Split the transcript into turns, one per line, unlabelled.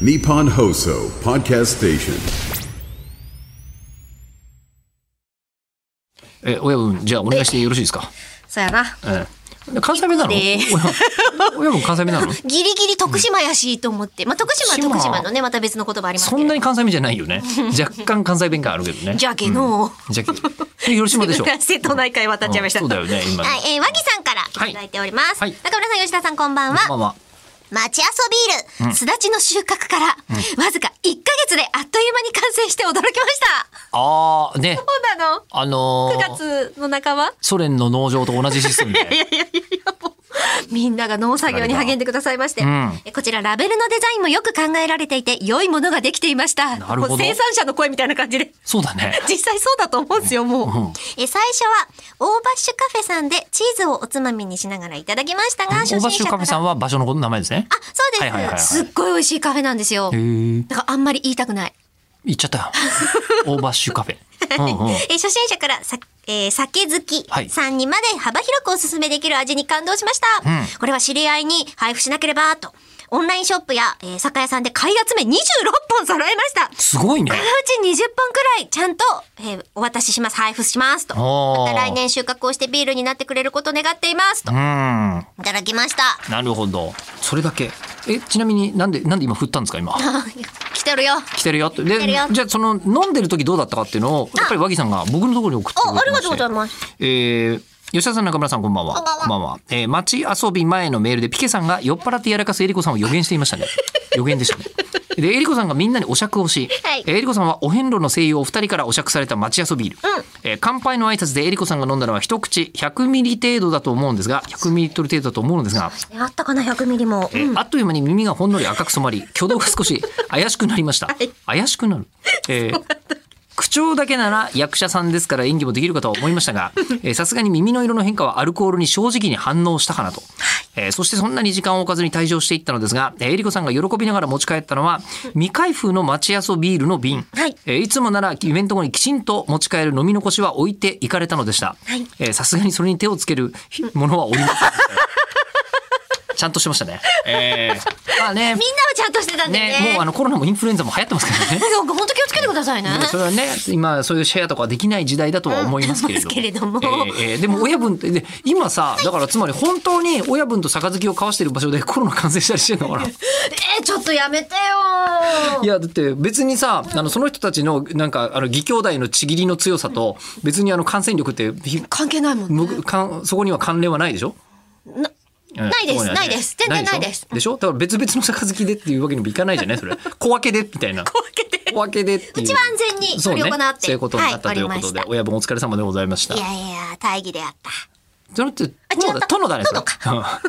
Nippon Hoso Podcast Station.
え親分じゃあお願いしてよろしいですか、
そうやな。
ええ、関西弁なの
い
親
いね
分親分関西弁なの
ギリギリ徳島やしと思って。まあ、徳島は
島
徳島のね、また別の言葉あります
そ
け
ん
ど。
なに関西弁じゃないよね若干関西弁があるけどね
じゃけのう、
じゃえ広島で しょ
瀬戸内海渡っちゃいました。
うんそうだよね今ね
はい、えー、和木さんからいただいております。
はいはい
中村さん、吉田さん、こんばん
まあ
は。
まあ
町遊びール、すだちの収穫から、わずか1ヶ月であっという間に完成して驚きました。
あーね
そうなの
あのー
?9 月の半ば
ソ連の農場と同じシステム
い
で
やいやいやいやもうみんなが農作業に励んでくださいまして、
ん
えこちらラベルのデザインもよく考えられていて良いものができていました
なるほど
もう生産者の声みたいな感じで
そうだね
実際そうだと思うんですよもう、え最初はオーバッシュカフェさんでチーズをおつまみにしながらいただきました
オ
が初
ーバッ
心
シ
者
ュカ
か
フ
ら
ェさんは場所のこと名前ですね
あそうです、
はいはいはいはい
すっごい美味しいカフェなんですよ
へえ
だからあんまり言いたくない
行っちゃったよオーバッシュカフェうんうん
えー初心者からさ、えー酒好き
はい
さんにまで幅広くおすすめできる味に感動しました、
うん
これは知り合いに配布しなければとオンラインショップや、えー酒屋さんで買い集め26本揃えました
すごいね
このうち20本くらいちゃんと、えーお渡しします配布しますと
お
ま
ー
た来年収穫をしてビールになってくれることを願っていますと
うんな
いただきました
るほどそれだけえちなみになんでなんで今振ったんですか今
来てるよ
来てるよって。で
てるよ、
じゃあその飲んでる時どうだったかっていうのを、やっぱり和木さんが僕のところに送ってくれて
おありがとうござい
ま
ます
して。えー吉田さん、中村さん、こんばんは。
こんばんは
えー街遊び前のメールで、ピケさんが酔っ払ってやらかすエリコさんを予言していま したね。予言でしたね。で、エリコさんがみんなにお釈をし、
はい
えーエリコさんはお遍路の西洋お二人からお釈された街遊びビール。
うん
えー乾杯の挨拶でエリコさんが飲んだのは一口100ミリ程度だと思うんですが、100ミリリットル程度だと思うんですが、
えあったかな100ミリも、
えーあっという間に耳がほんのり赤く染まり挙動が少し怪しくなりました、怪しくなる、えー口調だけなら役者さんですから演技もできるかとは思いましたがえーさすがに耳の色の変化はアルコールに正直に反応したかなと、えーそしてそんなに時間を置かずに退場していったのですが、えーえりこさんが喜びながら持ち帰ったのは未開封の町やそビールの瓶、
はい
えーいつもならイベント後にきちんと持ち帰る飲み残しは置いていかれたのでした
はい
えーさすがにそれに手をつけるものはおりませんちゃんとしてましたね。え ー、まあね
みんなはちゃんとしてたんでね
ねもうあのコロナもインフルエンザも流行ってます からね。
なんか本当気をつけてくださいね
それはね今そういうシェアとかはできない時代だとは思いますけれど,、
うんですけれども
えーえーで も親分ってで今さだからつまり本当に親分と杯を交わしてる場所でコロナ感染したりしてるの かな
えーちょっとやめてよ
いやだって別にさあのその人たちのなんかあの義兄弟のちぎりの強さと別にあの感染力ってひ
関係ないもんね、
むかんそこには関連はないでしょ
な
うん
ないです
そこには
ないです全然ないです
でしょだから別々の杯でっていうわけにもいかないじゃないそ れ小分けでみたいな
小分けで
小分けでっていう
うちは安全に
そうね
執り行って
そういうことになった
は
と
い
いうこと
終わり
で
ました
親分お疲れ様でございました
いやいや大義であった
それって
あ違った
殿だねそれ
殿か